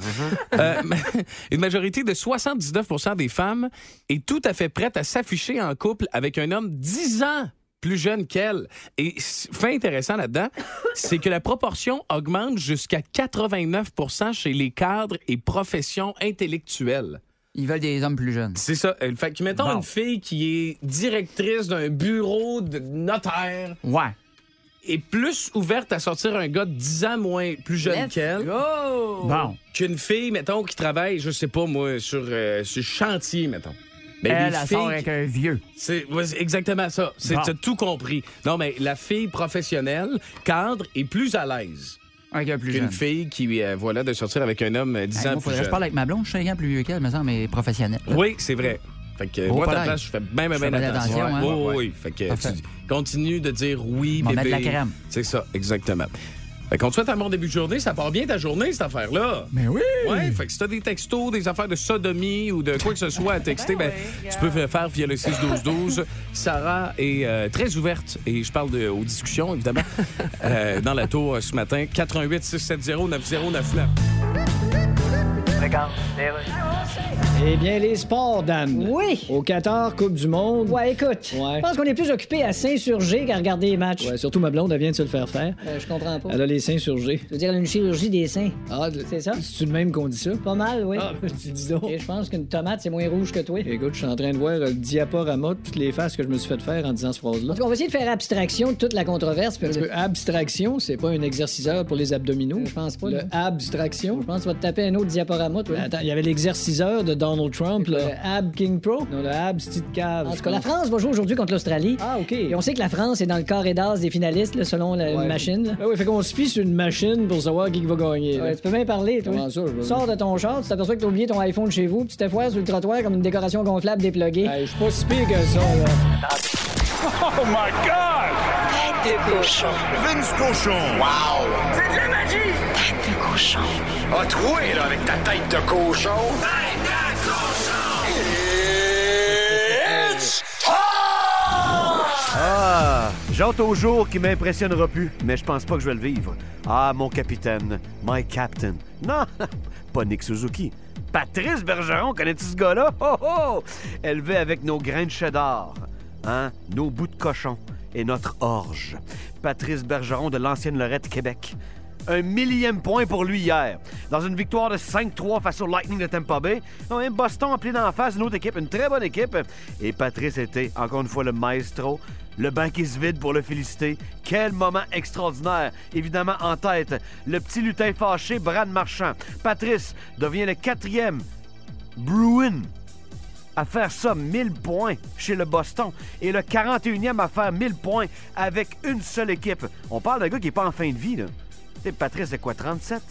Euh, une majorité de 79 des femmes est tout à fait prête à s'afficher en couple avec un homme 10 ans plus jeune qu'elle. Et s- fait intéressant là-dedans, c'est que la proportion augmente jusqu'à 89 chez les cadres et professions intellectuelles.
Ils veulent des hommes plus jeunes.
C'est ça. Euh, Fait que, mettons,
Bon.
une fille qui est directrice d'un bureau de notaire
Ouais.
est plus ouverte à sortir un gars de 10 ans moins plus jeune qu'elle
Bon.
qu'une fille, mettons, qui travaille, je sais pas moi, sur, euh, sur chantier, mettons. Ben,
Elle,
les
elle
filles-
sort avec un vieux.
c'est ouais, c'est exactement ça. C'est
Bon.
t'as tout compris. Non, mais la fille professionnelle, cadre, est plus à l'aise
Avec un plus jeune.
qu'une fille qui, euh, voilà, de sortir avec un homme euh, 10
Hey,
ans
moi,
plus
faudrait que je
jeune.
parle avec ma blonde, je suis 5 ans plus vieux qu'elle, me semble, mais professionnelle.
Oui, c'est vrai. Fait que
Oh,
moi, à ta
pareil.
place, je fais bien, bien,
Je fais
bien
bien
attention.
attention, hein.
Oui, oui,
Ouais,
oui. Fait que
Parfait.
tu continues de dire oui,
M'en
bébé.
mettre la crème.
C'est ça, exactement. Fait qu'on te souhaite un bon début de journée. Ça part bien ta journée, cette affaire-là.
Mais oui!
Ouais, fait que si t'as des textos, des affaires de sodomie ou de quoi que ce soit à texter, ben, tu peux le faire via le 6-12-12. Sarah est euh, très ouverte et je parle de, aux discussions, évidemment, euh, dans la tour euh, ce matin. 88 670 9099.
Eh bien, les sports, Dan. Oui. Au Qatar, Coupe du Monde. Ouais, écoute. Je pense qu'on est plus occupé à s'insurger qu'à regarder les matchs. Ouais, surtout ma blonde, elle vient de se le faire faire. je comprends pas. Elle a les seins surgés. Tu veux dire, elle a une chirurgie des seins. Ah, c'est ça? C'est-tu de même qu'on dit ça? Pas mal, oui. Ah, tu dis donc. Et je pense qu'une tomate, c'est moins rouge que toi. Écoute, je suis en train de voir euh, le diaporama de toutes les faces que je me suis fait faire en disant cette phrase-là. En tout cas, on va essayer de faire abstraction de toute la controverse. abstraction, c'est pas un exerciceur pour les abdominaux. Euh, Je pense pas. Le abstraction, je pense que tu vas te taper un autre diaporama, toi. Attends, il y avait l'exerciceur de Donald Trump, là. Le Ab King Pro. Non, le Ab Petite Cave. En tout cas, la France va jouer aujourd'hui contre l'Australie. Ah, OK. Et on sait que la France est dans le carré d'as des finalistes, là, selon la une machine. là. Ah oui, fait qu'on se fie sur une machine pour savoir qui va gagner. tu peux bien parler, toi. Sors de ton char, tu t'aperçois que t'as oublié ton iPhone chez vous, puis tu te foires sur le trottoir comme une décoration gonflable dépluguée. je suis pas si pire que ça, là.
Tête de cochon.
Vince Cochon. Wow! C'est de la magie!
Tête de cochon.
A troué, là, avec ta tête de cochon. Tête de cochon! It's
Ah, j'hâte au jour qui m'impressionnera plus, mais je pense pas que je vais le vivre. Ah, mon capitaine, my captain. Non, pas Nick Suzuki. Patrice Bergeron, connais-tu ce gars-là? Oh, oh! Élevé avec nos grains de cheddar, hein, nos bouts de cochon et notre orge. Patrice Bergeron de l'ancienne Lorette Québec. Un millième point pour lui hier. Dans une victoire de 5-3 face au Lightning de Tampa Bay, on a un Boston appelé d'en face une autre équipe, une très bonne équipe. Et Patrice était, encore une fois, le maestro. Le banc qui se vide pour le féliciter. Quel moment extraordinaire. Évidemment, en tête, le petit lutin fâché, Brad Marchand. Patrice devient le quatrième Bruin à faire ça 1000 points chez le Boston et le 41e à faire 1000 points avec une seule équipe. On parle d'un gars qui n'est pas en fin de vie, là. Tu sais, Patrice, c'est quoi, 37?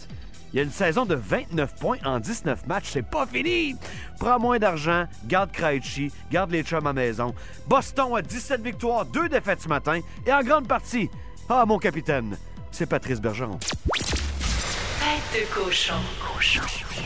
Il y a une saison de 29 points en 19 matchs. C'est pas fini. Prends moins d'argent, garde Krejci, garde les chums à maison. Boston a 17 victoires, 2 défaites ce matin et en grande partie, ah mon capitaine, c'est Patrice Bergeron.
Tête de cochon.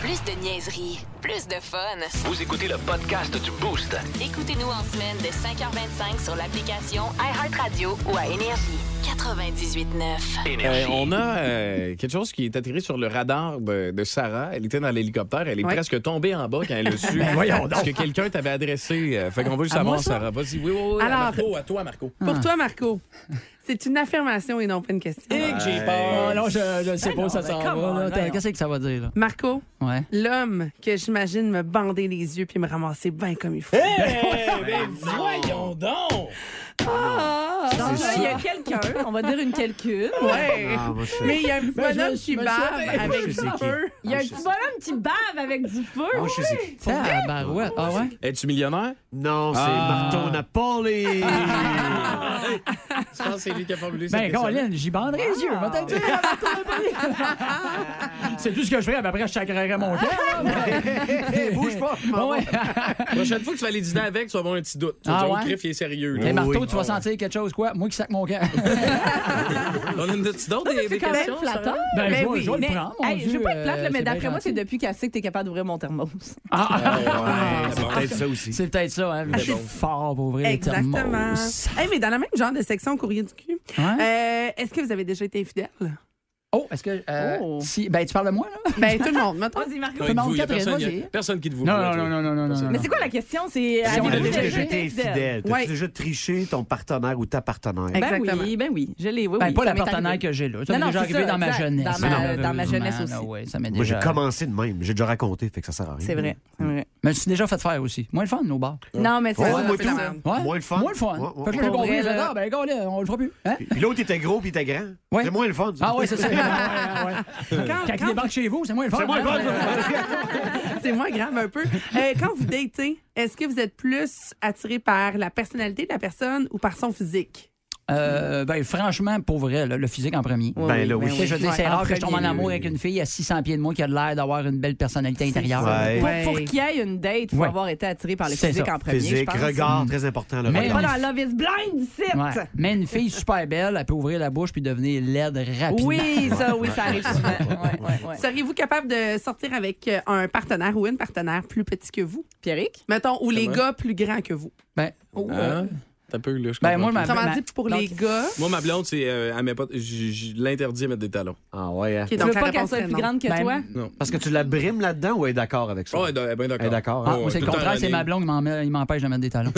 Plus de niaiserie, plus de fun.
Vous écoutez le podcast du Boost.
Euh, Écoutez-nous en semaine de 5h25 sur l'application iHeartRadio ou à Énergie. 98.9.
Euh, on a euh, quelque chose qui est atterri sur le radar de, de Sarah. Elle était dans l'hélicoptère. Elle est
Ouais.
presque tombée en bas quand elle a su.
Ben, voyons donc.
Parce que quelqu'un t'avait adressé. euh, fait qu'on veut le
À
savoir,
moi, ça?
Sarah. Vas-y. Oui, oui, oui.
Alors-
à Marco, à toi, Marco.
Ah.
Pour toi, Marco, c'est une affirmation et non pas une question.
j'ai Ah,
Oh non, je, je sais pas où ça
ben,
s'en
come on,
va. là. Attends,
voyons.
Qu'est-ce que ça va dire, là?
Marco,
Ouais.
l'homme que j'imagine me bander les yeux puis me ramasser bien comme il faut.
Eh! voyons donc!
Donc là, Ah, il y a quelqu'un, on va dire une quelqu'une.
Ouais.
Ah, bah,
Mais il y a un petit
Ben, je
bonhomme
me- je
qui
me
bave
souviens.
avec du
sais qui.
feu.
Il y a un petit bonhomme qui bave avec du feu.
je sais.
Ah, barouette. Ah, ouais?
Es-tu millionnaire?
Non, c'est
Ah.
Martin Napoli.
Je pense que c'est lui qui a formulé cette
Ben,
question.
Colin, j'y banderai les yeux. va t'en dire, va t'en dire. C'est tout ce que je ferais, mais après, je chacrerais mon cœur.
Bouge pas. je m'en
Ouais.
vais.
Prochaine fois que tu vas aller dîner avec, tu vas avoir un petit doute. Tu vas
Ah
dire, oh,
ouais?
Criff, il est sérieux. là.
Mais Marteau,
oui.
tu vas sentir quelque chose, quoi? Moi qui sac mon cœur.
On a une petite d'autres des, des
quand même
questions? Sarah?
flatteur.
Ben
Ben, je vais-
oui,
je vais
Mais,
le prendre, mon
hey,
Dieu,
je veux pas être plate,
euh,
là, mais
c'est
d'après
bien
moi, c'est
gentil.
depuis cassé que t'es capable d'ouvrir mon thermos.
Ah, ah,
Ah,
C'est peut-être ça aussi.
C'est peut-être ça, hein? Je suis fort pour ouvrir les
Exactement.
thermos.
Hey, mais dans la même genre de section courrier du cul,
Hein?
euh, est-ce que vous avez déjà été infidèle?
Oh, est-ce que. euh,
Oh.
si, ben, tu parles de moi, là?
Ben, tout le monde, mettons.
Vas-y, Marco.
Non,
Tout le
il
monde,
vous- il y a
Catherine,
personne, il y a
vas-y.
personne qui te vous.
Non, non, non, non, non, non, non, non.
Mais c'est quoi la question? C'est euh,
Si on
On
a
a
avez-vous
déjà
déjà
été
été infidèle.
Ouais.
T'as déjà triché ton partenaire ou ta partenaire.
Hey.
Ben
Exactement.
oui, ben oui, je l'ai. Oui,
Ben,
oui,
pas
ça
la
m'est
partenaire
arrivé.
que j'ai là. Ça m'est
Non, non,
déjà
c'est
arrivé
ça,
dans ma
exact.
jeunesse.
Dans ma-
malheureusement.
dans ma jeunesse aussi.
Ah ouais, ça m'est
Moi, j'ai
déjà...
commencé de même. J'ai déjà raconté, fait que ça sert à rien.
euh, C'est vrai. c'est vrai.
Je me suis déjà fait faire aussi. Moins le fun, nos bars.
Non, mais c'est
Ouais,
ça,
moi
c'est
tout.
ça.
Ouais.
Moins le fun.
Moins le fun.
Ouais, ouais,
Fait que là, j'ai
ouais.
compris,
Pour
j'ai
vrai,
dit,
là-
ah, ben, gars, là, on le fera plus. Hein?
Puis l'autre était gros, puis était grand.
Ouais.
C'est moins le fun. ça.
Ah ouais, c'est ça. Ouais, ouais, ouais. Quand, il débarque chez vous, c'est moins le fun.
C'est moins le
hein?
fun.
C'est moins grave un peu. Euh, quand vous datez, est-ce que vous êtes plus attiré par la personnalité de la personne ou par son physique?
Euh, ben, franchement, pour vrai, là, le physique en premier.
Ouais,
Ben là,
Tu sais,
oui.
je veux dire, c'est
Ouais,
rare
en
que je tombe en
premier,
amour
oui.
avec une fille à 600 pieds de moi qui a l'air d'avoir une belle personnalité intérieure.
Ouais.
Pour,
Ouais.
pour qu'il y ait une date, il faut
Ouais.
avoir été attiré par le
C'est
physique
ça.
en premier. je
Physique,
pense.
regard, très important. Le
Mais-
Pas
regard.
dans Love is Blind, ici.
Ouais. Mais une fille super belle, elle peut ouvrir la bouche puis devenir laide rapidement.
Oui, ça, oui, ça arrive souvent. Ouais, ouais, ouais.
Seriez-vous capable de sortir avec euh, un partenaire ou une partenaire plus petit que vous?
Pierrick?
Mettons, ou les
Comment?
gars plus grands que vous.
Ben,
Hein? T'as peu, là. je
Ben,
comprends
moi,
plus.
ma-
Autrement
ma-
dit, pour
donc-
les gars.
Moi, ma blonde, c'est. euh, elle met pas. Je je l'interdis de mettre des talons.
Ah ouais. hein.
Ok,
Tu veux
donc la
pas qu'elle
réponse
soit
serait
plus
non.
grande que
Ben,
toi?
Parce que tu la brimes là-dedans ou elle est d'accord avec ça?
Oh, elle est bien
Elle est
d'accord.
d'accord.
Ah,
hein?
moi, c'est le
Oh, tout en
contraire, c'est
running.
ma blonde qui m'en met- il m'empêche de mettre des talons.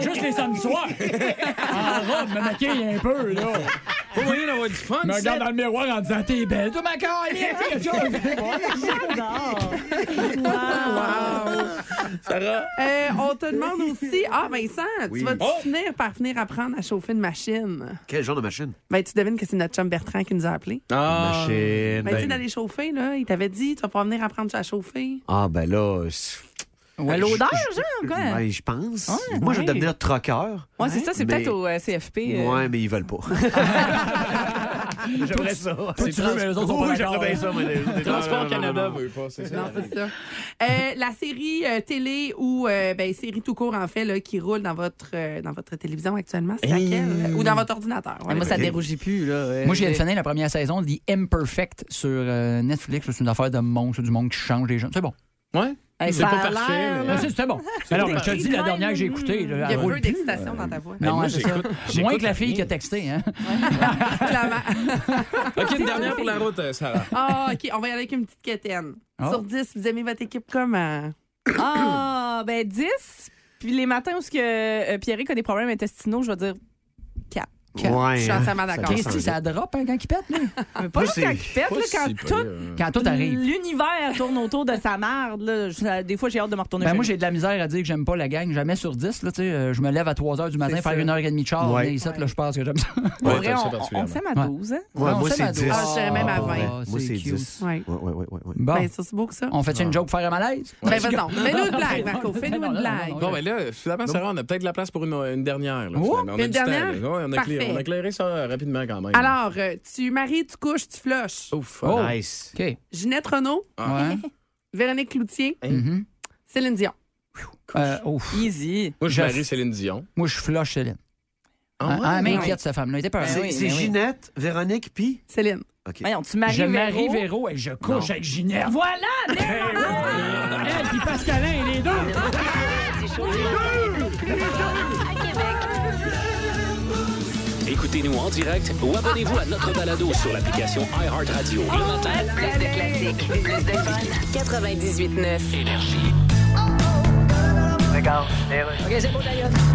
Juste les samedis soirs. En robe, me maquille un peu, là.
Vous voyez, on a du fun.
Me
c'est-
regarde dans le miroir en disant T'es belle, toi, ma carrière.
Euh, on te demande aussi, ah Vincent,
Oui.
tu vas
Oh!
finir par venir apprendre à chauffer une machine.
Quel genre de machine?
Ben, tu devines que c'est notre chum Bertrand qui nous a appelés.
Ah,
Machine.
Ben, tu sais,
ben-
d'aller chauffer, là, il t'avait dit, tu vas pouvoir venir apprendre à chauffer.
Ah, ben là. c'est-
Ouais,
L'odeur, genre, quoi?
Ben, je pense.
Ouais,
Moi, je
ouais.
vais devenir troqueur.
Ouais, c'est ça, c'est
Mais-
peut-être au euh, CFP. euh,
Ouais, mais ils veulent pas. J'aimerais ça.
tu veux, mais les autres sont pas
Oui,
d'accord,
j'aimerais bien
hein.
ça, mais les- les
Transport
non, non, non,
Canada
non, non.
veut pas, c'est ça.
Non, c'est ça. Euh, la série euh, télé ou euh, ben, série tout court, en fait, là, qui roule dans votre, euh, dans votre télévision actuellement, c'est laquelle? Ou dans votre ordinateur. ouais.
Moi, ça
ok.
dérougit plus, là. Euh,
Moi, j'ai finir la première saison de The Imperfect sur euh, Netflix. C'est une affaire de monde, c'est du monde qui change les gens. C'est bon.
Ouais.
Hey,
C'est
ça
pas
a
parfait.
l'air,
mais-
Ah, c'est- C'était bon. Alors, je te dis, la dernière que j'ai écoutée, là,
Il y
elle
a
roule
peu
plus.
d'excitation dans ta voix.
Non,
Moi,
hein, c'est ça.
j'écoute-
Moins
j'écoute
que la fille
rien.
qui a texté. Hein?
Clairement.
OK, une dernière pour la route, euh, Sarah.
Ah, OK, on va y aller avec une petite quétaine.
Oh.
Sur 10, vous aimez votre équipe comment?
Ah, ben 10. Puis les matins où ce que euh, Pierrick a des problèmes intestinaux, je vais dire
Ouais,
Je suis
hein.
entièrement d'accord.
Ça
Christy, Eh, ça drop hein, quand il pète. là.
mais pas
Moi,
juste
c'est
quand il pète, là, quand
si
tout
pire, hein.
Quand tout arrive.
l'univers tourne autour de sa merde, là, je- euh, des fois j'ai hâte de me retourner.
Ben
chez
moi,
nous.
j'ai de la misère à dire que j'aime pas la gang. Jamais sur 10. Là, tu sais, euh, je me lève à 3 h du matin,
C'est
faire
ça.
une heure et demie de char.
Ouais.
mais ici, là, je pense que j'aime ça.
Pour
Ouais,
vrai,
t'aimes ça
on, on,
particulièrement.
s'aime à 12, hein?
Ouais,
on
moi,
s'aime
c'est
à
10.
Ah, je serais même à 20.
Ah,
Moi, c'est
cute.
10.
Ouais.
Ouais, ouais, ouais, ouais, ouais.
Bon,
Ben, ça, c'est beau, ça.
on fait une joke pour faire un malaise?
Ben, vas-y, donc. Fais-nous une blague, Marco. Fais-nous une blague.
Bon, ben là, finalement, Sarah, on a peut-être la place pour une, une dernière. Là, finalement. on a
Une
du temps,
dernière?
là. Ouais, on a
Parfait. Parfait.
On a éclairé ça euh, rapidement quand même.
Alors, euh, tu maries, tu couches, tu flushes.
Ouf. hein.
Oh.
Nice.
OK. Ouais.
Ginette Renault, Véronique Cloutier,
Mhm.
Céline Dion.
Euh, ouf.
Easy.
Moi, je
Jeff.
marie Céline Dion.
Moi, je flush Céline.
Ah
Ah,
ouais?
ah, elle
ouais.
m'inquiète, cette femme-là. Elle était peur.
Ben oui,
C'est
ben oui.
Ginette, Véronique, puis.
Céline.
Voyons, tu maries
Je marie
Véro.
Véro et je couche avec Ginette.
Voilà!
Elle puis Pascalin, les deux.
Du show du matin à Québec.
Écoutez-nous en direct ou abonnez-vous à notre balado sur l'application iHeartRadio. Le matin,
Plus de classiques, plus de fun. 98.9.
énergie.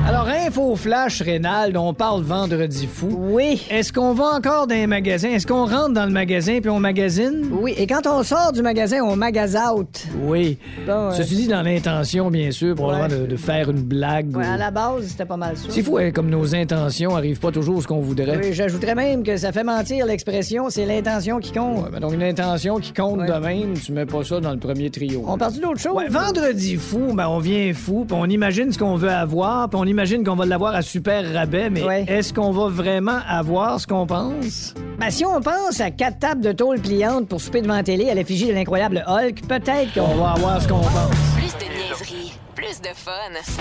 Alors, info flash rénal dont on parle vendredi fou.
Oui.
Est-ce qu'on va encore dans les magasins? Est-ce qu'on rentre dans le magasin puis on magasine?
Oui, et quand on sort du magasin, on magas out.
Oui.
Bon, euh,
Ceci dit, dans l'intention, bien sûr, probablement
Ouais.
de, de faire une blague.
ouais,
ou-
à la base, c'était pas mal ça.
C'est fou, hein, comme nos intentions arrivent pas toujours à ce qu'on voudrait.
Oui, j'ajouterais même que ça fait mentir l'expression, c'est l'intention qui compte.
Ouais, ben donc, une intention qui compte
Ouais.
de même, tu mets pas ça dans le premier trio.
On part d'autre chose?
Ouais, vendredi fou, ben on vient fou, puis on imagine ce qu'on veut avoir, puis on imagine qu'on va l'avoir à super rabais, mais
Ouais.
est-ce qu'on va vraiment avoir ce qu'on pense?
Ben, si on pense à quatre tables de tôle pliantes pour souper devant la télé à l'effigie de l'incroyable Hulk, peut-être qu'on
On va avoir ce qu'on pense.
Plus de niaiserie, plus de fun.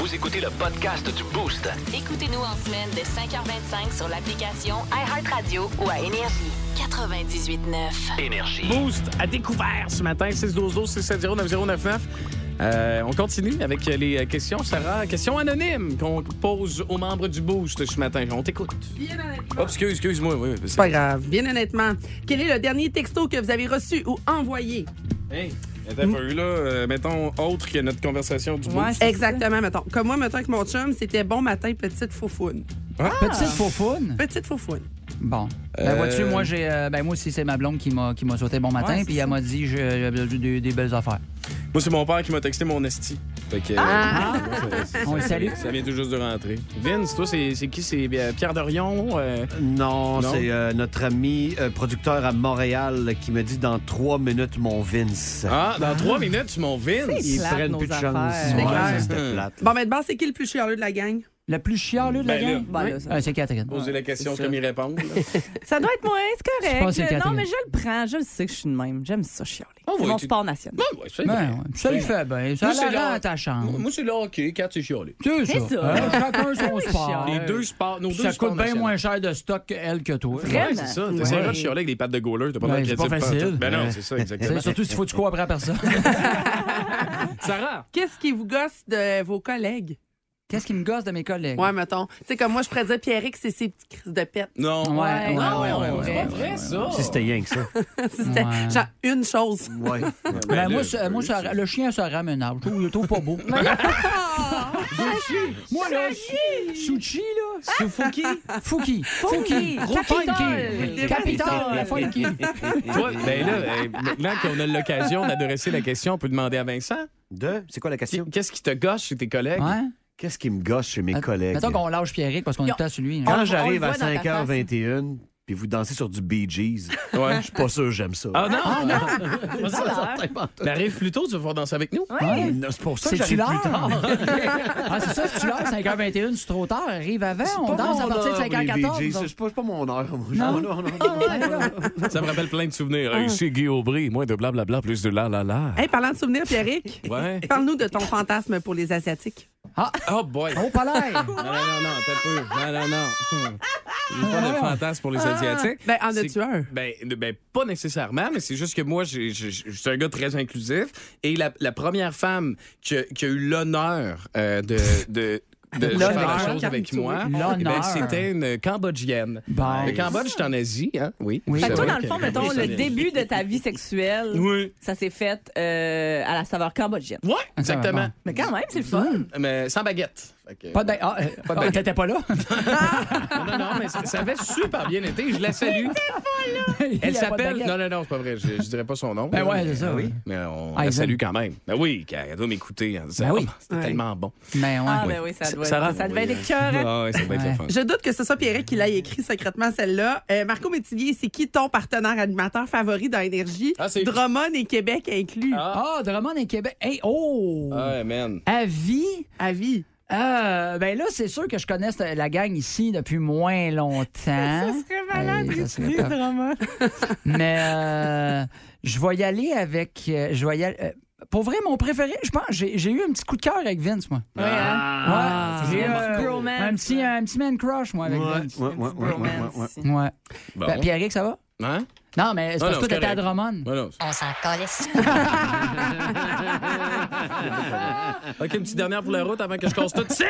Vous écoutez le podcast du Boost.
Écoutez-nous en semaine de 5h25 sur l'application iHeartRadio ou à Énergie. 98.9.
Énergie.
Boost à découvert ce matin, 612-670-9099. Euh, on continue avec les questions, Sarah. Question anonyme qu'on pose aux membres du Boost ce matin. On t'écoute.
Bien honnêtement.
Oh, excuse, excuse-moi. Oui,
C'est pas grave. Bien honnêtement, quel est le dernier texto que vous avez reçu ou envoyé?
Hey, t'as pas eu là, Euh, mettons, autre que notre conversation du
Ouais, c'est
Exactement, mettons. Comme moi, mettons, avec mon chum, c'était bon matin, petite foufoune.
Petite faufoune.
Petite foufoune.
Bon. Ben,
Euh,
vois-tu, moi, j'ai, euh, ben, moi aussi, c'est ma blonde qui m'a, qui m'a sauté bon matin,
Ouais,
puis
c'est
elle m'a dit, j'ai j'ai des, des belles affaires.
Moi, c'est mon père qui m'a texté mon esti. Fait que,
Ah!
euh, ça-
On le
ça-
salue.
Ça vient tout juste de rentrer. Vince, toi, c'est c'est qui? C'est euh, Pierre Dorion? euh,
Non,
Non.
c'est euh, notre ami euh, producteur à Montréal qui me dit dans trois minutes, mon Vince.
Ah, dans trois minutes, tu m'en Vince.
Ils
plate,
prennent
nos
plus de
affaires.
chance.
C'est
Ouais,
clair.
ça, c'était plate.
Bon, ben, de base, c'est qui le plus chialeux de la gang?
Le plus chiant, là, de la
Ben là.
gang?
Bon, Bah, là, ça-
Ah, c'est Catherine.
Poser la question
c'est
comme
ça.
il répond. là.
Ça doit être moi, hein, c'est
Je pense que c'est
correct. Non,
Catherine.
mais je le prends. Je le sais que je suis de même. J'aime ça chialer.
On
C'est
va
mon
être-
sport national.
Ben, ouais, c'est
Ben,
vrai.
ouais. Ça lui fait bien. Ça
Moi, c'est
la rend
la-
à ta chambre.
Moi, c'est là, OK, quand c'est chialé.
C'est ça.
C'est ça.
Hein, chacun son sport.
Les deux sports, nos
Puis
deux
ça
sports
coûte bien
nationaux.
moins cher de stock qu'elle que toi.
Vraiment?
Ouais, c'est ça. T'essaieras de chialer avec des pattes de goaler. T'as pas
Ben,
mal de
c'est pas
créativité
facile.
pantoute. Ben non,
Ouais.
c'est ça,
Tu sais,
exactement.
Surtout s'il faut que tu coopères à personne.
Sarah!
Qu'est-ce qui vous gosse de vos collègues?
Qu'est-ce qui me gosse de mes collègues?
Ouais, mettons. Tu sais, comme moi, je pourrais dire Pierrick, c'est ses petites crises de pète.
Non.
Ouais, ouais,
Non,
ouais, ouais,
c'est
ouais,
pas
ouais,
vrai, ça.
Si c'était rien que ça.
C'était
Ouais.
genre une chose.
Ouais.
Ben,
Ben,
moi,
le-
ça- moi, ça- le chien se ramenable. Je trouve, je le trouve pas beau. moi, là, Sushi, là, Sufuki, Fuki, Fuki, Gros Funky,
Capitole.
Capitole, Funky.
Toi, ben là, euh, maintenant qu'on a l'occasion d'adresser la question, on peut demander à Vincent.
Deux, c'est quoi la question?
Qu'est-ce qui te gâche chez tes collègues?
Ouais.
Qu'est-ce qui me gosse chez mes
Att-
collègues?
Mettons qu'on lâche Pierrick parce qu'on est à celui. hein.
Quand
le-
j'arrive
on le
à
voit dans ta
5h21, puis vous dansez sur du Bee Gees,
Ouais.
je suis pas sûr que j'aime ça.
Ah non!
Voilà.
Ben, arrive plus tôt, tu vas pouvoir danser avec nous.
Ouais.
Non, C'est pour ça que
C'est-tu
j'arrive
l'heure?
plus tard.
ah, c'est ça, c'est-tu l'heure? 5h21, c'est trop tard. Arrive avant, Ah, on danse à partir de 5h14. donc.
C'est pas, mon heure.
Non. Ah,
non,
Ça me rappelle plein de souvenirs. Euh, Ici Guy Aubry, moins de blablabla, plus de la la la.
Hey, parlant de souvenirs, Pierrick,
Ouais.
parle-nous de ton fantasme pour les Asiatiques.
Oh boy!
Au palais!
Non, non, non, non, t'as peu. Non, non, non. Hmm. J'ai pas de fantasme pour les Asiatiques.
Ben, en
C'est-
as-tu un?
Ben, ne- ben, pas nécessairement, mais c'est juste que moi, j'ai- j'ai- j'ai- je suis un gars très inclusif. Et la, la première femme qui a, qui a eu l'honneur euh, de, de, de
L'honneur.
faire la chose avec moi,
L'honneur.
eh ben, c'était une Cambodgienne.
Bon.
Le Cambodge, c'est en Asie, hein? Oui.
Oui.
Vous
Fait que toi,
savez
dans le fond,
que-
mettons,
Oui,
le
ça-
début de ta vie sexuelle,
Oui.
ça s'est fait euh, à la saveur cambodgienne.
Ouais, exactement.
Mais quand même, c'est le fun.
Mais sans baguette. Fait que-
Pas de. Ah, euh,
Pas de-
ah, t'étais pas là?
Non, non, non, mais ça, ça avait super bien été. Je la salue.
Il y a
Elle
pas de
s'appelle.
baguette.
Non, non, non, c'est pas vrai. Je, je dirais pas son nom.
Ben ouais, c'est ça,
Mais- euh,
oui.
Mais on
Ah,
la
ils
salue
aiment.
quand même. Ben oui, elle doit m'écouter. en disant,
Ben oui.
Oh, C'était tellement bon.
Mais ouais.
Ah, ben oui, ça doit
Sarah?
être. Ça devait être écœurant.
Ah, ouais, ça doit être le
Ouais.
fun.
Je doute que ce soit Pierrick qui l'ait écrit secrètement celle-là. Euh, Marco Métivier, c'est qui ton partenaire animateur favori dans Énergie?
Ah, c'est-
Drummond et Québec inclus.
Ah.
Ah, Drummond et Québec. Hey, oh!
Ah, man.
Avis,
À vie.
Euh, ben là, c'est sûr que je connais cette- la gang ici depuis moins longtemps.
serait
malade, Hey, ça serait Dimitri pas- Mais euh, je vais y aller avec. euh, je vais y aller- euh, pour vrai, mon préféré, je pense, j'ai j'ai eu un petit coup de cœur avec Vince, moi.
Ouais, hein?
Ah,
c'est
j'ai,
un
euh,
petit bromance,
un petit, un petit man crush, moi, avec Vince.
Ouais, ouais, ouais, ouais, ouais, ouais.
Ouais. Ben, Pierrick, ça va?
Hein?
Non, mais c'est
Ah
parce
non,
que
c'est
toi, t'étais à
correct.
Drummond.
Ouais, non, c'est-
On s'en calisse.
OK, une petite dernière pour la route avant que je casse tout de suite.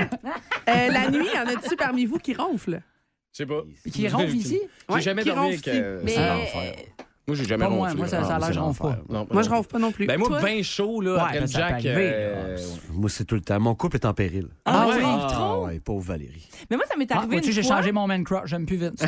Euh, la nuit, y en a-tu parmi vous qui ronfle?
Je sais pas.
Qui ronfle ici?
J'ai
Ouais,
jamais
qui
dormi
ronfle
avec. euh,
ici.
c'est
Mais-
l'enfer. Moi, j'ai jamais
Pas moi,
ronflé.
moi, ça,
Non,
ça a l'air,
c'est
je ronfle
l'enfer.
pas.
Non,
Moi, je ronfle pas non plus.
Ben, moi,
Toi?
bien chaud, là,
Ouais,
après
ben, ça
Jack.
peut arriver,
euh,
là.
Moi, c'est tout le temps. Mon couple est en péril.
Ah,
oui?
oui.
Ah, ouais, pauvre Valérie.
Mais moi, ça m'est
Ah,
arrivé
vois-tu, j'ai
une fois.
changé mon man crush, j'aime plus Vince.
Ça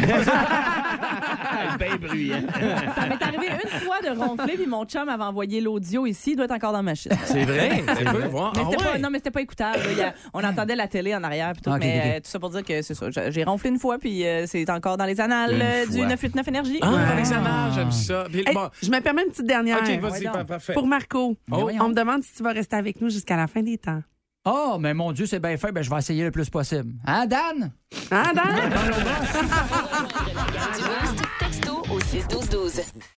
m'est arrivé une fois de ronfler, puis mon chum avait envoyé l'audio ici. Il doit être encore dans ma machine.
C'est vrai. C'est vrai. voir.
Mais
Ah
c'était pas,
ouais.
non, mais c'était pas écoutable. là. Il y a- on entendait la télé en arrière. puis tout,
Ah, ok,
mais
ok, ok.
euh, tout ça pour dire que c'est ça. J'ai j'ai ronflé une fois, puis euh, c'est encore dans les annales
Une
euh, du
fois.
989 Énergie.
Ah, Alexandra, j'aime ça. Puis,
Hey,
bon,
Je me permets une petite dernière.
OK, vas-y, pa- parfait.
Pour Marco,
voyons.
on me demande si tu vas rester avec nous jusqu'à la fin des temps.
oh, mais mon Dieu, c'est bien fait, ben, je vais essayer le plus possible. Hein, Dan?
Ah,
Hein, Dan?
Du Boost, texto au 61212.